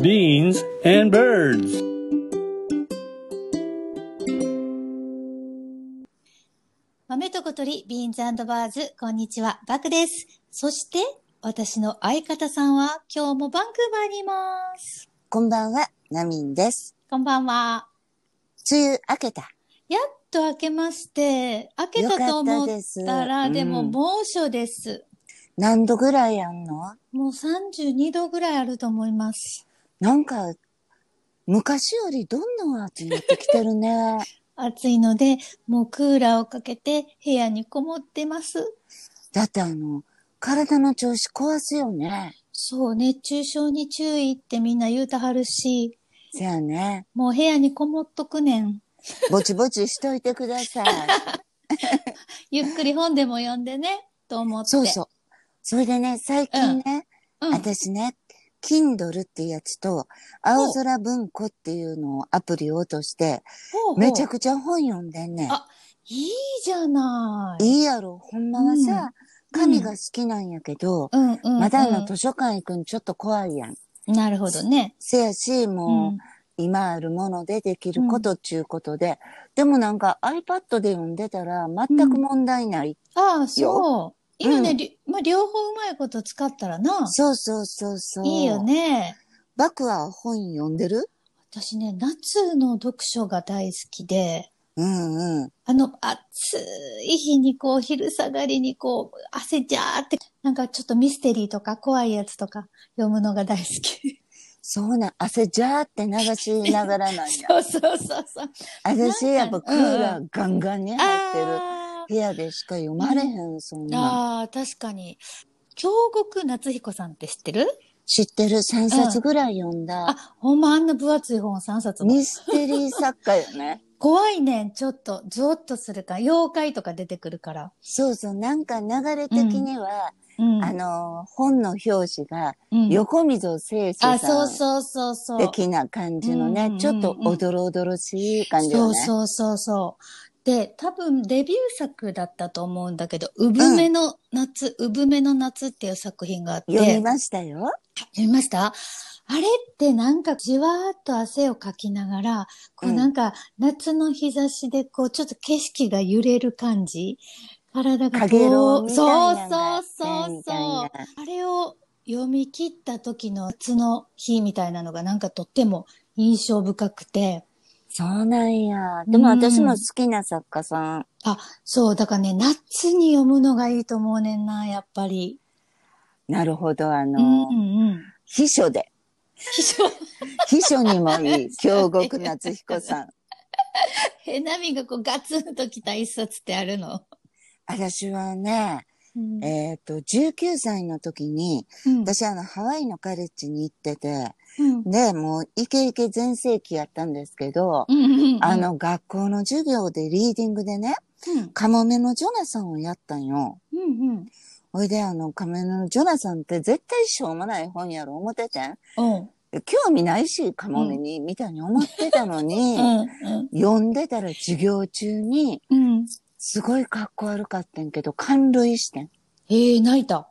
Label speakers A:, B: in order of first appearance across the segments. A: beans and birds.
B: 豆と小鳥、ビーンズバーズ、こんにちは、バクです。そして、私の相方さんは、今日もバンクーバーにいます。
C: こんばんは、ナミンです。
B: こんばんは。
C: 梅雨明けた。
B: やっと明けまして、明けたと思
C: よ
B: ったた
C: かっです。
B: ら、でも
C: うん
B: 猛暑です。
C: 何度ぐらいやんの
B: もう32度ぐらいあると思います。
C: なんか、昔よりどんどん暑くなってきてる ね。
B: 暑いので、もうクーラーをかけて部屋にこもってます。
C: だってあの、体の調子壊すよね。
B: そう、熱中症に注意ってみんな言うたはるし、
C: せやね。
B: もう部屋にこもっとくねん。
C: ぼちぼちしといてください。
B: ゆっくり本でも読んでね、と思って。
C: そうそう。それでね、最近ね、
B: うん。
C: 私ね、Kindle っていうやつと、青空文庫っていうのをアプリを落として、
B: ほうほう
C: めちゃくちゃ本読んでんねん。
B: あいいじゃない。
C: いいやろ、ほんまはさ、
B: うん
C: 神が好きなんやけど、
B: うんうん、うん。
C: まだあの図書館行くんちょっと怖いやん。
B: なるほどね。
C: せやし、もう、
B: うん
C: 今あるものでできることっちゅうことで、でもなんか iPad で読んでたら全く問題ない。
B: ああ、そう。今ね、
C: うん
B: りまあ、両方うまいこと使ったらな。
C: そうそうそうそう。
B: いいよ。ね。
C: バクは本読んでる
B: 私ね、夏の読書が大好きで、
C: うんうん。
B: あの、暑い日にこう、昼下がりにこう、汗じゃーって、なんかちょっとミステリーとか怖いやつとか読むのが大好き。
C: そうなん、汗じゃーって流しながらなんや。
B: そうそうそうそう。
C: 私やっぱクーラーガンガンに入ってる
B: あー
C: 部屋でしか読まれへん、そんなん。
B: あー、確かに。京極夏彦さんって知ってる
C: 知ってる3冊ぐらい読んだ。
B: あ、ほんまあんな分厚い本を3冊も。
C: ミステリー作家よね。
B: 怖いねん、ちょっと。ゾッとするから。妖怪とか出てくるから。
C: そうそう、なんか流れ的には、
B: うん。
C: あの、本の表紙が、
B: うん、
C: 横溝正史さ
B: あ、そうんそうそうそう。
C: 的な感じの
B: うんうんうんう
C: ね
B: ん、
C: ちょっとおどろおどろしい感じよね。
B: そうそうそうそう。で、多分デビュー作だったと思うんだけど、産めの夏、産めの夏っていう作品があって。
C: 読みましたよ。
B: 読みましたあれってなんかじわーっと汗をかきながら、こう
C: うん
B: なんか夏の日差しでこうちょっと景色が揺れる感じ体が
C: かげろ
B: こ
C: う
B: う、
C: みたい
B: そう
C: なのが
B: そう
C: あって
B: そう
C: みたい
B: そう
C: な。
B: あれを読み切った時の夏の日みたいなのがなんかとっても印象深くて、
C: そうなんや。でも私も好きな作家さん。
B: あ、そう、だからね、夏に読むのがいいと思うねんな、やっぱり。
C: なるほど、あ
B: うん
C: の
B: う、んうん。
C: 秘書で。
B: 非常に
C: 秘書にもいい、京極夏彦さん。
B: え、ナミがこうガツンときた一冊ってあるの
C: 私はね、
B: うん
C: えっ、と、19歳の時に、
B: うん
C: 私あの、ハワイのカレッジに行ってて、
B: うん
C: で、もう、イケイケ全盛期やったんですけど、
B: うんうんうん
C: あ、の、学校の授業でリーディングでね、
B: うん
C: カモメのジョナサンをやったんよ。
B: うんうん。
C: おいで、あの、カモメのジョナサンって絶対しょうもない本やろ、思っててん。
B: おう
C: 興味ないし、カモメに、みたいに思ってたの に、
B: うん
C: 読んでたら授業中に、
B: うん。うん。
C: すごいかっこ悪かったんけど、感涙してん。
B: ええ、泣いた。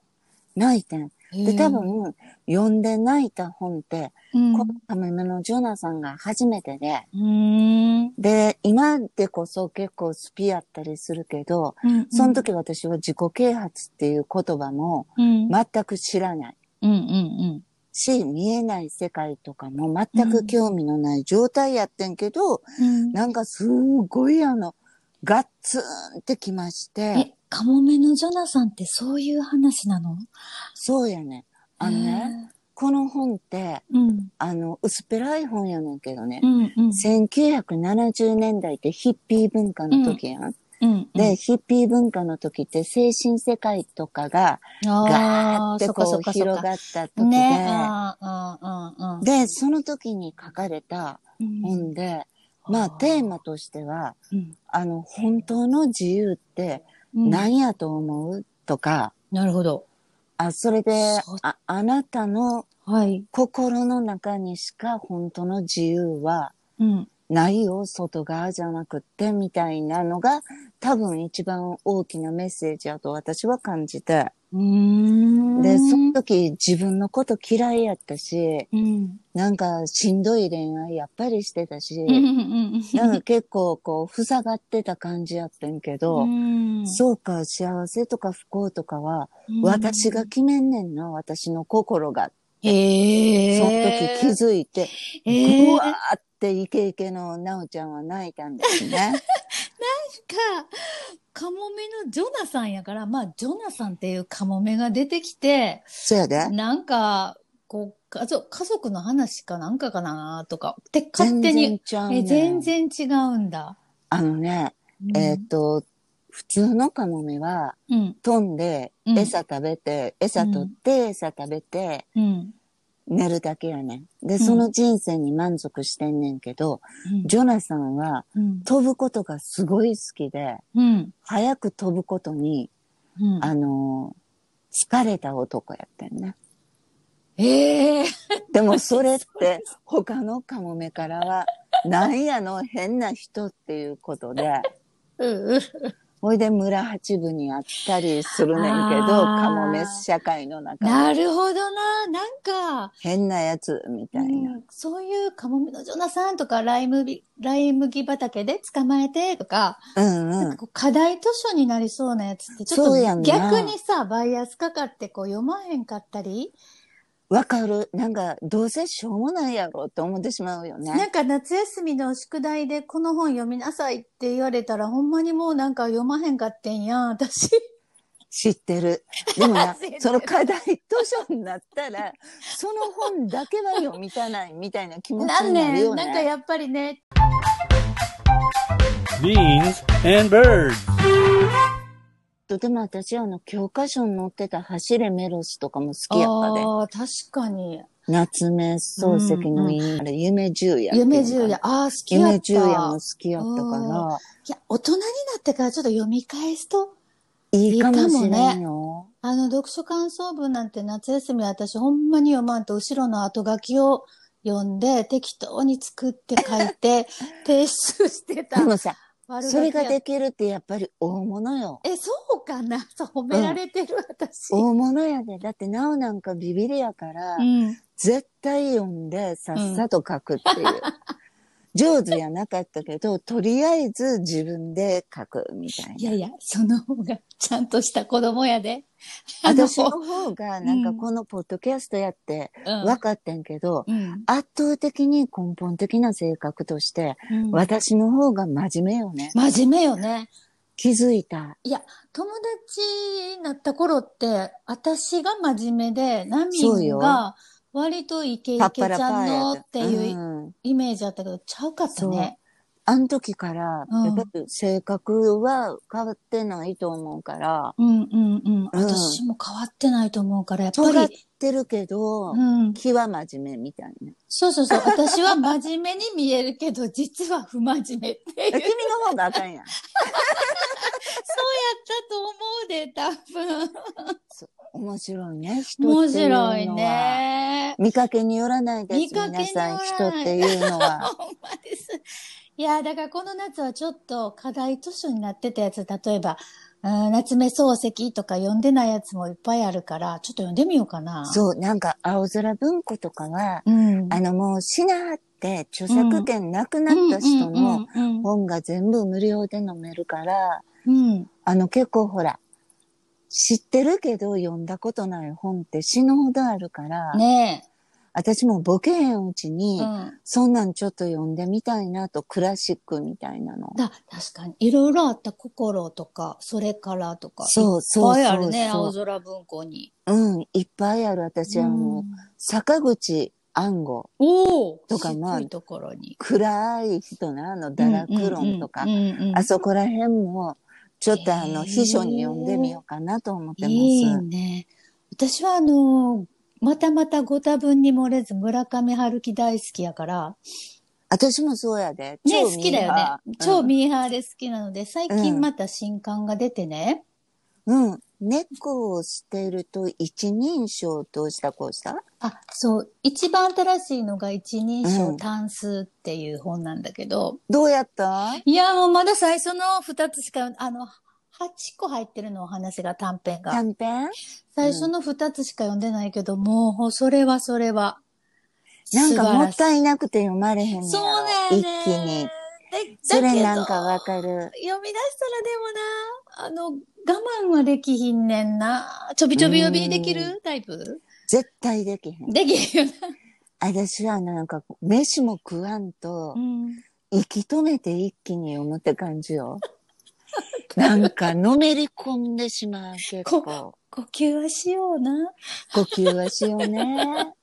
C: 泣いてん。
B: で
C: で、多、分、読んで泣いた本って、
B: うん。
C: このカモメのジョナサンが初めてで、
B: うーん。
C: で、今でこそ結構スピやったりするけど、
B: うん
C: その、時私は自己啓発っていう言葉も
B: うん。うん
C: 全く知らない
B: うんうん
C: し、見えない世界とかも全く興味のない状態やってんけど、
B: うん。
C: なんかすごいあの、ガッツンってきまして、
B: え、カモメのジョナサンってそういう話なの
C: そうやね。あのね、。この本って、
B: へーうん。
C: あの、薄っぺらい本やねんけどね、
B: うんうん。
C: 1970年代ってヒッピー文化の時やん。
B: うん。
C: で、ヒッピー文化の時って精神世界とかが
B: あ
C: ガー
B: あ、
C: って
B: そっかそ
C: こ
B: っ
C: う
B: かそっ
C: 広
B: か。
C: がった時で、
B: ね。ああ、ああ、あ
C: で、その時に書かれた本
B: あ。
C: で、まあテーマとしては、
B: うん。
C: あの、本当の自由って
B: うん。
C: 何やと思うとか、
B: なるほど。
C: あ、それで
B: そう、
C: あ、あなたの
B: はい。
C: 心の中にしか本当の自由は
B: うん。
C: ないよ、外側じゃなくって、みたいなのが、多分一番大きなメッセージやと私は感じて、
B: ううん。
C: で、その時自分のこと嫌いやったし、
B: うん。
C: なんかしんどい恋愛やっぱりしてたし、
B: うんうん
C: なんか結構 こう、塞がってた感じやってんけ
B: う
C: ど、
B: ん。
C: そうか、幸せとか不幸とかは、
B: うん
C: 私が。決めんねんな、私の心が。
B: へえ。
C: その時気づいて、
B: へえ
C: うわーってイケイケのなおちゃんは泣いたんです ね。
B: か、カモメのジョナサンやから、まあ、ジョナサンっていうカモメが出てきて、
C: そうやで。
B: なんか、こう、家族、家族の話かなんかかなとか、って勝手に、
C: ちゃうね
B: え、
C: ん
B: 全然違うんだ。
C: あのね、
B: うん
C: えーっと、普通のカモメは
B: うん、
C: 飛んで、
B: うん
C: 餌食べて、餌取って、餌食べて、
B: うん、
C: 寝るだけやねん。で、その人生に満足してんねんけど、
B: うん
C: ジョナサンは
B: うん、
C: 飛ぶことがすごい好きで、
B: うん、
C: 早く飛ぶことに、
B: うん。
C: あのー疲れた男やってんね。
B: ええ
C: でもそ れって他のカモメからは、なんやの変な人っていうことで、
B: うん、
C: ほいで村八部にあったりするねんけど、
B: あー
C: カモメ社会の中で
B: なるほどな。なんか、
C: 変なやつみたいな。
B: うんそういうカモメのジョナサンとか、ライ麦、ライ麦畑で捕まえてとか、
C: うん
B: な
C: うん
B: か
C: ん。
B: こう課題図書になりそうなやつって、ちょっ
C: そうや
B: と
C: んな
B: 逆にさ、バイアスかかってこう読まへんかったり、
C: わかる。なんか、どうせしょうもないやろって思ってしまうよ
B: な
C: ね。
B: んか夏休みの宿題でこの本読みなさいって言われたら、ほんまにもうなんか読まへんかってんやん、私。
C: 知ってる。 でもな
B: 知って、る
C: その課題図書になったら、その本だけは読みたないみたいな気持ち
B: なん
C: になる
B: ね
C: よ
B: ん、
C: ね。
B: なんかやっぱりね、
A: Beans and birds.
C: とても私、あの、教科書に載ってた走れメロスとかも好きやったで。
B: ああ、確かに。
C: 夏目漱石のいい、あれ、夢十夜っていうのか
B: 夢
C: な。
B: 十夜。ああ、好きやっ
C: 夢
B: た。
C: 十
B: い
C: 夜も好きやったか
B: う
C: ら、
B: や、大人になってからちょっと読み返すと、
C: いいかもしれ
B: いいかも
C: んよ。
B: あの、読書感想文なんて夏休み私ほんまに読まんと後ろの後書きを読んで適当に作って書い て提出してた
C: で。もさ、
B: 悪
C: それが
B: ガキや
C: できるってやっぱり大物よ。
B: え、そうかなそう、褒められてる私。
C: 大物やで。だって、なおなんかビビりやから、
B: うん。
C: 絶対読んで、さっさと書くっていう。上手やなかったけど、とりあえず自分で書くみたい
B: い
C: な
B: や。いや、その方がちゃんとした子供やで。
C: 私
B: は
C: の方が、なんかこのポッドキャストやって分かってんけど、
B: うん。
C: 圧倒的に根本的な性格として、
B: うん。
C: 私の方が真面目よね。
B: 真面目よね。
C: 気づいた。
B: 友達になった頃って、私が真面目で、ナミ
C: そう
B: ン
C: よ
B: が割とイケイ
C: パッ
B: ケ
C: パ
B: ち
C: ラパ
B: ゃん
C: ー
B: の
C: や
B: っていう
C: うん
B: イメージあったけど、ちゃうかったね。
C: あの時から、
B: うん
C: やっぱり性格は変わってないと思うから、
B: うんうんうん。私も変わってないと思うから、やっ
C: 尖
B: ぱ
C: っ
B: り、
C: てるけど、
B: うん。
C: 気は真面目みたい な。
B: そうそうそう。私は真面目に見えるけど、実は不真面目っていう。そう
C: え
B: やっ
C: 君の方があかんやん。
B: たと思うで、多分。
C: 面白いね、人っていうのは。
B: 面白い。ね。
C: 見かけによらないで
B: 見
C: す、
B: かけによ
C: 皆
B: らなん
C: さ、
B: い
C: 人っていう のは。
B: ほんまです。いや、だからこの夏はちょっと課題図書になってたやつ、例えば、うん夏目漱石とか読んでないやつもいっぱいあるから、ちょっと読んでみようかな。う。
C: そう、なんか、青空文庫とかは、
B: うん。
C: あの、もう、しなって、著作権なくなった人の
B: うんうんうん
C: 本が全部無料で飲めるから、
B: うん。うん
C: あの、結構ほら、知ってるけど読んだことない本って死ぬほどあるから、
B: ね
C: 私もボケへんうち
B: え。
C: に、
B: うん。
C: そんなんちょっと読んでみたいなと、クラシックみたいなの。
B: だ、確かに。いろいろあった心とか、それからとか。
C: そうそうそうそ
B: い
C: う
B: っぱいあるね、青空文庫に。
C: うん、いっぱいある。私、あ
B: う
C: の
B: ん、
C: 坂口安吾、
B: おお
C: とかまあ
B: 低いところに。
C: 暗い人な、あの、堕落論とか
B: うん、うんうんうん
C: あそこら辺も、ちょっとあ
B: へー
C: の、秘書に読んでみようかなと思ってま
B: いい
C: す。
B: ね。私はあの、またまたご多分に漏れず村上春樹大好きやから、
C: 私もそうやで。
B: ね、
C: 超
B: 好きだよね
C: ミ。ーハー
B: 超ミーハーで好きなので、最
C: う
B: 近
C: ん
B: また新刊が出てね。
C: うん。うん猫を捨てると一人称どうしたこうした
B: あ、そう、一番新しいのが一人
C: う
B: 称
C: ん
B: 単数っていう本なんだけど、
C: どうやった
B: いや、もうまだ最初の二つしか、あの、 8個入ってるのお話が短編が。
C: 短編
B: 最初の2つしか読んでないけど、もう、それはそれは。
C: なんかもっ
B: い
C: たいなくて読まれへんねやろ
B: そうだよね。
C: 一気に。
B: で。
C: そ
B: だけ
C: れ
B: ど
C: なんかわかる。
B: 読み出したらでもな、あの、我慢はできひんねんな。ちょびちょび呼びでき
C: う
B: るタイプ
C: 絶対できへん。
B: できへんよな。
C: 私はなんか、飯も食わんと、息止めて一気に読むって感じよ。 なんか、のめり込んでしまう、結構。
B: 呼吸はしような。
C: 呼吸はしよう ね。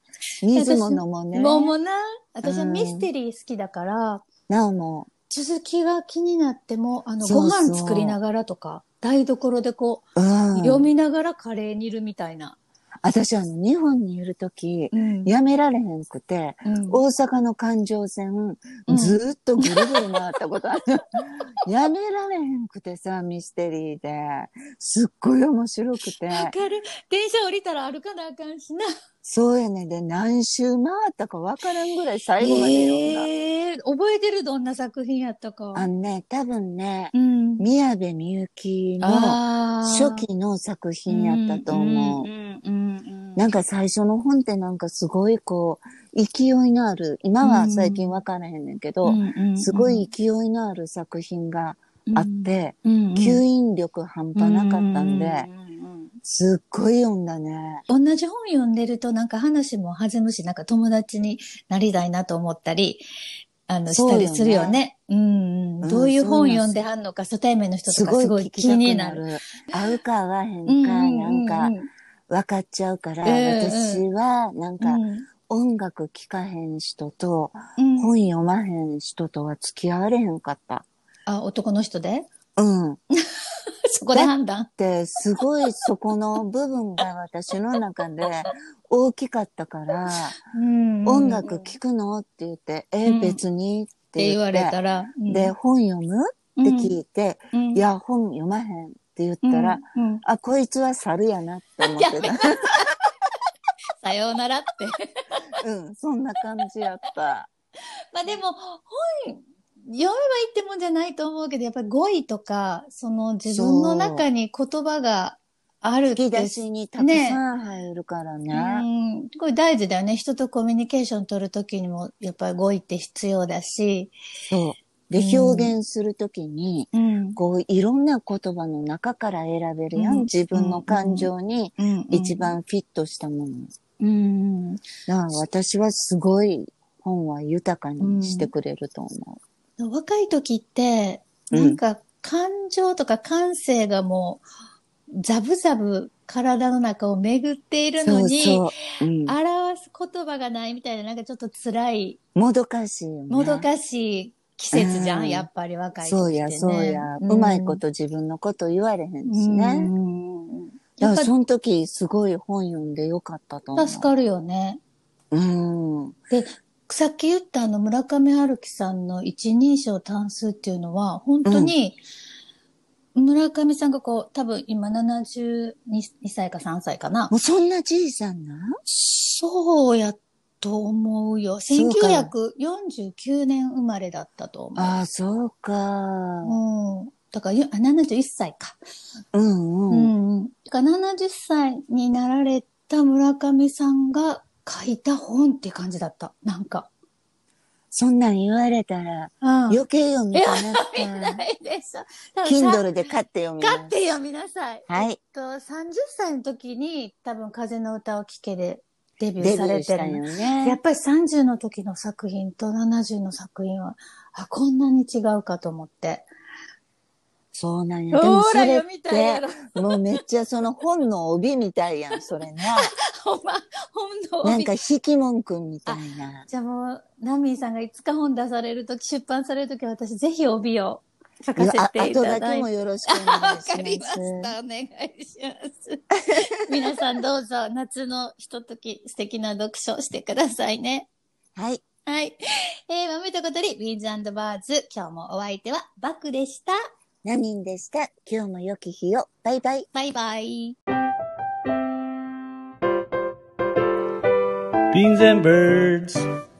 C: 水も飲もうね。
B: もうもうな。私は
C: うん
B: ミステリー好きだから、
C: なおも、
B: 続きが気になっても、あの、
C: そうそう
B: ご飯作りながらとか、台所でこ
C: う
B: う、
C: ん。
B: 読みながらカレー煮るみたいな。
C: 私、あの、日本にいるとき、
B: うん
C: やめられへんくて、
B: うん
C: 大阪の環状線、
B: うん
C: ずーっとぐるぐる回っ たことある。やめられへんくてさ、ミステリーで。すっごい面白くて。
B: わかる。電車降りたら歩かなあかんしな。
C: そうやねんで、何周回ったかわからんぐらい最後まで読んだ。
B: えー覚えてるどんな作品やったか。
C: あのね、多分ね、
B: うん。
C: 宮部みゆきの
B: あー
C: 初期の作品やったと思う。
B: んうんうん
C: なんか最初の本ってなんかすごいこう、勢いのある、今は最近わからへんねんけど、すごい勢いのある作品があっ、て、
B: うんうんうん
C: 吸引力半端なかったんで、
B: うんうんうん
C: すっごい読んだね。
B: 同じ本読んでるとなんか話も弾むし、なんか友達になりたいなと思ったり、あの、したりするよね。うん、うん。
C: うん
B: どういう本
C: そうな
B: 読
C: ん
B: ん
C: です
B: ではんのか、初対面の人
C: す
B: とかす
C: ご
B: ご
C: い
B: い
C: 聞きた
B: 気に
C: く
B: な
C: な
B: る。
C: る。合うか合わへん
B: う
C: か、
B: ん
C: なんか、
B: うん
C: 分かっちゃうから、
B: ええ
C: 私はなんか
B: うん
C: 音楽聴かへん人と
B: うん
C: 本読まへん人とは付き合われへんかった。
B: あ、男の人で
C: うん。
B: そこで判断。
C: で、すごいそこの部分が私の中で大きかったから、
B: うん
C: 音
B: う
C: 楽
B: んっ
C: 聴くのって言って、え
B: うん
C: 別にって
B: て言
C: 言
B: わ
C: って
B: れたら。うん
C: で、、本読むって聞いて、
B: うん
C: い、や、本読まへんって言ったら、
B: うん、うん
C: あ、こいつは猿やなって思っ
B: や
C: て
B: めな
C: た。
B: さい。さようならって。
C: うん、そんな感じやった。
B: まあでも、本、読めばいいってもんじゃないと思うけど、やっぱり語彙とか、その自分の中に言葉があるっ
C: 引き
B: て、
C: 出しにたくさん入るからね。
B: うん、これ大事だよね。人とコミュニケーション取るときにも、やっぱり語彙って必要だし、
C: そう。で、
B: うん
C: 表現するときに、
B: うん。
C: こう、いろんな言葉の中から選べるやん。
B: うん
C: 自分の感情に
B: うん、
C: 一番フィットしたもの。
B: うん。
C: だから私はすごい本は豊かにしてくれると思
B: 若い時って、
C: う。
B: なんか感情とか感性がもう、ザブザブ体の中を巡っているの
C: そう
B: に、
C: そう、うん。
B: 表す言葉がないみたいな、なんかちょっと辛い、
C: もどかしいよね。
B: もどかしい季節じゃん、
C: うん
B: やっぱり若い時って、ね。
C: そうや、そうや。うまいこと自分のこと言われへんし
B: ね。
C: ね。
B: うん
C: だ
B: や
C: か
B: っ
C: ら
B: ぱ
C: その時、すごい本読んでよかったと思う。
B: 助かるよね。
C: うん。
B: さっき言ったあの村上春樹さんの一人称単数っていうのは、本当に、村上さんがこう、多分今72歳か3歳かな
C: も。うそんなじいさんなん
B: そうやと思うよ。
C: そうか
B: 1949年生まれだったと思う。
C: ああ、そうか。
B: うん。だから、よあ71歳か。
C: うん
B: う
C: うん。
B: んうん。だから70歳になられた村上さんが書いた本って感じだった。なんか。
C: そんなん言われたら、
B: うん。
C: 余計読みたなっ
B: みな
C: た。
B: いでしょ。多分さ
C: Kindle で買って読み
B: 買っ
C: ます。
B: て読みなさい。
C: はい。
B: えっと、30歳の時に多分風の歌を聴けでデビュ
C: デ
B: ー
C: ビ
B: さ
C: ュー
B: れ
C: してた
B: る
C: よ
B: の。や
C: ね
B: っ。ぱり30の時の作品と70の作品は、あ、こんなに違うかと思って。
C: そうなん
B: ほ
C: や。
B: ー
C: でも
B: ら、
C: それっ
B: 読みたいや
C: て、
B: ろ。
C: もうめっちゃその本の帯みたいやん、それ な。
B: ほんま、本能
C: なんか引き文句みたいな。
B: じゃあもう、ナミーさんがいつか本出されるとき、出版されるとき、私ぜひ帯を書かせ
C: あ
B: てい
C: 後
B: ただ
C: 書き
B: い
C: も
B: て。
C: よろしくお願
B: わ
C: い
B: かり
C: し
B: まし
C: ます。
B: た。お願いします。皆さんどうぞ、夏のひととき、素敵な読書をしてくださいね。
C: はい。
B: はい。えー、豆と小鳥、ウィンズバーズ。今日もお相手は、バクでした。
C: ナミンでした。今日も良き日を。バイバイ。
B: バイバイ。
A: Beans and birds.